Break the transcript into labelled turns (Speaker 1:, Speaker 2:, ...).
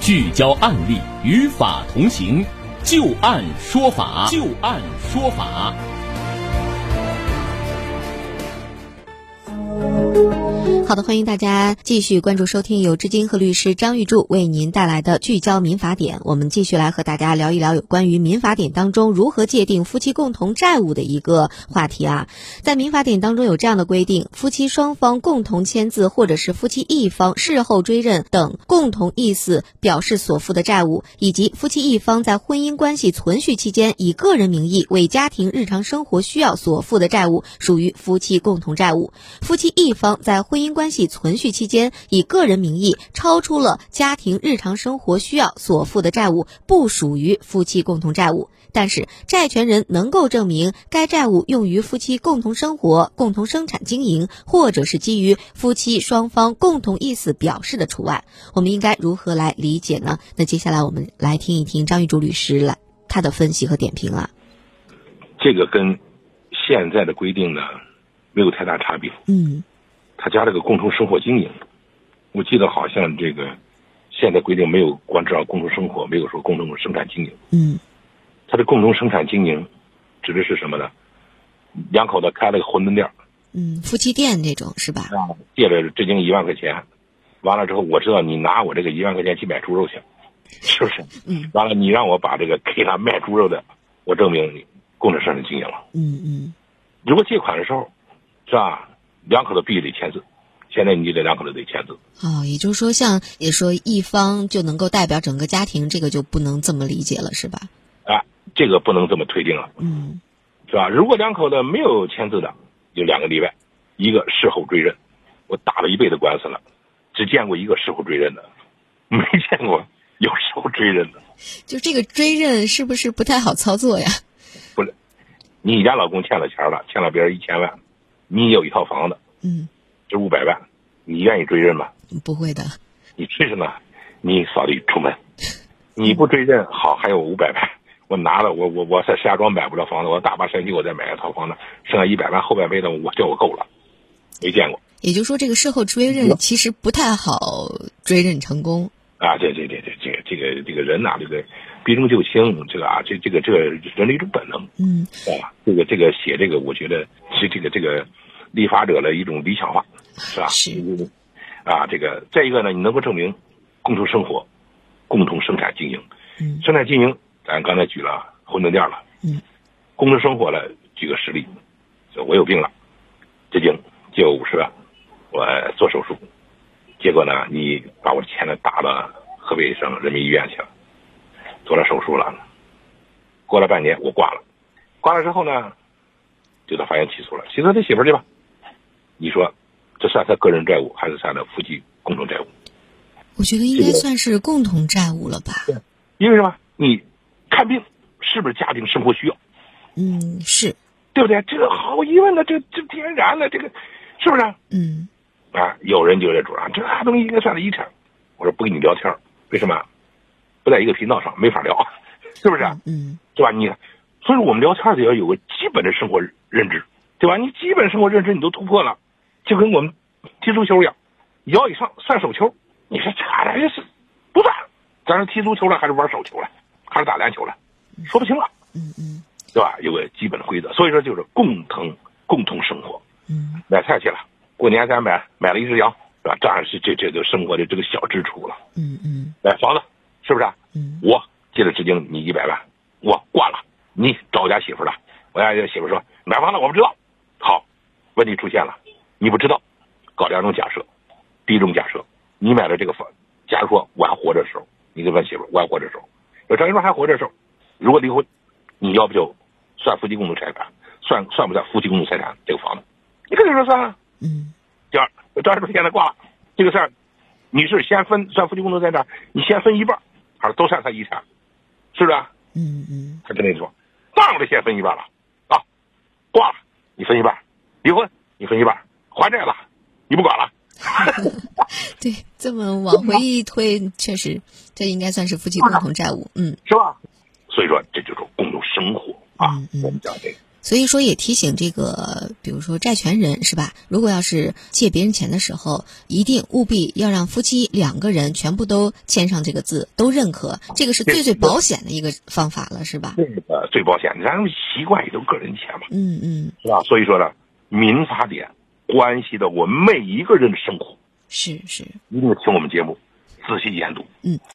Speaker 1: 聚焦案例，与法同行，就案说法。就案说法。
Speaker 2: 好的，欢迎大家继续关注收听由知金和律师张玉柱为您带来的聚焦民法典。我们继续来和大家聊一聊有关于民法典当中如何界定夫妻共同债务的一个话题啊。在民法典当中有这样的规定：夫妻双方共同签字，或者是夫妻一方事后追认等共同意思表示所负的债务，以及夫妻一方在婚姻关系存续期间以个人名义为家庭日常生活需要所负的债务，属于夫妻共同债务。夫妻一方在婚姻关系存续期间，以个人名义超出了家庭日常生活需要所负的债务，不属于夫妻共同债务。但是，债权人能够证明该债务用于夫妻共同生活、共同生产经营，或者是基于夫妻双方共同意思表示的除外。我们应该如何来理解呢？那接下来我们来听一听张玉柱律师来他的分析和点评啊。
Speaker 3: 这个跟现在的规定呢没有太大差别，
Speaker 2: 嗯
Speaker 3: 他加了个共同生活经营。我记得好像这个现在规定没有光知道共同生活，没有说共同生产经营。
Speaker 2: 嗯
Speaker 3: 他的共同生产经营指的是什么呢？两口子开了个馄饨店儿，
Speaker 2: 嗯，夫妻店这种是吧？
Speaker 3: 啊借了至今一万块钱，完了之后我知道你拿我这个一万块钱去买猪肉去，是不是？
Speaker 2: 嗯
Speaker 3: 完了你让我把这个给他卖猪肉的，我证明你共同生产经营了。
Speaker 2: 嗯嗯
Speaker 3: 如果借款的时候，是吧？两口子必须得签字，现在你就得两口子得签字。
Speaker 2: 哦，也就是说，像也说一方就能够代表整个家庭，这个就不能这么理解了，是吧？
Speaker 3: 啊，这个不能这么推定了，
Speaker 2: 嗯
Speaker 3: 是吧？如果两口子没有签字的，有两个例外，一个事后追认，我打了一辈子官司了，只见过一个事后追认的， 没见过有事后追认的。
Speaker 2: 就这个追认是不是不太好操作呀？
Speaker 3: 你家老公欠了钱了，欠了别人一千万，你有一套房子，
Speaker 2: 嗯，
Speaker 3: 这五百万，你愿意追认吗？
Speaker 2: 不会的。
Speaker 3: 你追认呢，你扫地出门，你不追认，好，还有五百万，我拿了，我我我在石家庄买不了房子，我大发神去，我再买一套房子，剩下一百万后半辈子我就我够了，没见过
Speaker 2: 也就是说，这个事后追认其实不太好追认成功。
Speaker 3: 啊！这这这这这个这个这个人呐、这个避重就轻，这个啊，这这个这个人的一种本能
Speaker 2: 嗯，
Speaker 3: 啊，这个这个写这个，我觉得是这个这个立法者的一种理想化，是吧？
Speaker 2: 是
Speaker 3: 啊，这个再一个呢，你能够证明共同生活、共同生产经营。
Speaker 2: 嗯
Speaker 3: 生产经营，咱刚才举了馄饨店了，
Speaker 2: 嗯，
Speaker 3: 共同生活了，举个实例，就我有病了，这经借我五十万，我做手术，结果呢，你把我钱呢打到河北省人民医院去了，做了手术了，过了半年我挂了，挂了之后呢，就到法院起诉了，起诉他媳妇儿去吧，你说这算他个人债务还是算他夫妻共同债务？
Speaker 2: 我觉得应该算是共同债务了吧？
Speaker 3: 因为什么？你看病是不是家庭生活需要？
Speaker 2: 嗯，是。
Speaker 3: 对不对？这个毫无疑问的，这这天然的，这个是不是啊？
Speaker 2: 嗯
Speaker 3: 啊有人就在主张这啊东西应该算是遗产。我说不跟你聊天儿，为什么？不在一个频道上，没法聊， 是不是啊？
Speaker 2: 嗯
Speaker 3: 对吧？你看，所以说我们聊天儿得要有个基本的生活认知，对吧？你基本生活认知你都突破了，就跟我们踢足球一样，摇以上算手球。你说这还是不算？咱是踢足球了，还是玩手球了，还是打篮球了？说不清了，
Speaker 2: 嗯嗯
Speaker 3: 对吧？有个基本的规则，所以说就是共同共同生活。
Speaker 2: 嗯
Speaker 3: 买菜去了，过年咱买买了一只羊，是吧？这样是这这就生活的这个小支出了。
Speaker 2: 嗯嗯
Speaker 3: 买房子是不是啊？
Speaker 2: 嗯
Speaker 3: 我借了至今你一百万，我挂了，你找我家媳妇儿了。我家媳妇儿说买房了，我不知道。好，问题出现了，你不知道，搞两种假设。第一种假设，你买了这个房，假如说我还活着的时候，你就问媳妇儿我还活着的时候，有张一说还活着的时候，如果离婚，你要不就算夫妻共同财产，算算不算夫妻共同财产这个房子？你肯定说算啊。
Speaker 2: 嗯
Speaker 3: 第二，张二说现在挂了，这个事儿，你是先分算夫妻共同财产，你先分一半儿，还是都算他遗产？是不是啊？
Speaker 2: 嗯嗯
Speaker 3: 他跟你说，当然我得先分一半了，啊，挂了，你分一半，离婚你分一半，还债了，你不管了，
Speaker 2: 对，这么往回一推，确实这应该算是夫妻共同债务。嗯。
Speaker 3: 是吧？所以说这就是共同生活啊
Speaker 2: 嗯嗯，
Speaker 3: 我们讲这个。
Speaker 2: 所以说也提醒这个，比如说债权人是吧？如果要是借别人钱的时候，一定务必要让夫妻两个人全部都签上这个字，都认可，这个是最最保险的一个方法了，是吧？
Speaker 3: 这个最保险，咱们习惯也都个人钱嘛，
Speaker 2: 嗯嗯，
Speaker 3: 是吧？所以说呢，民法典关系到我们每一个人的生活，
Speaker 2: 是是。
Speaker 3: 一定听我们节目，仔细研读。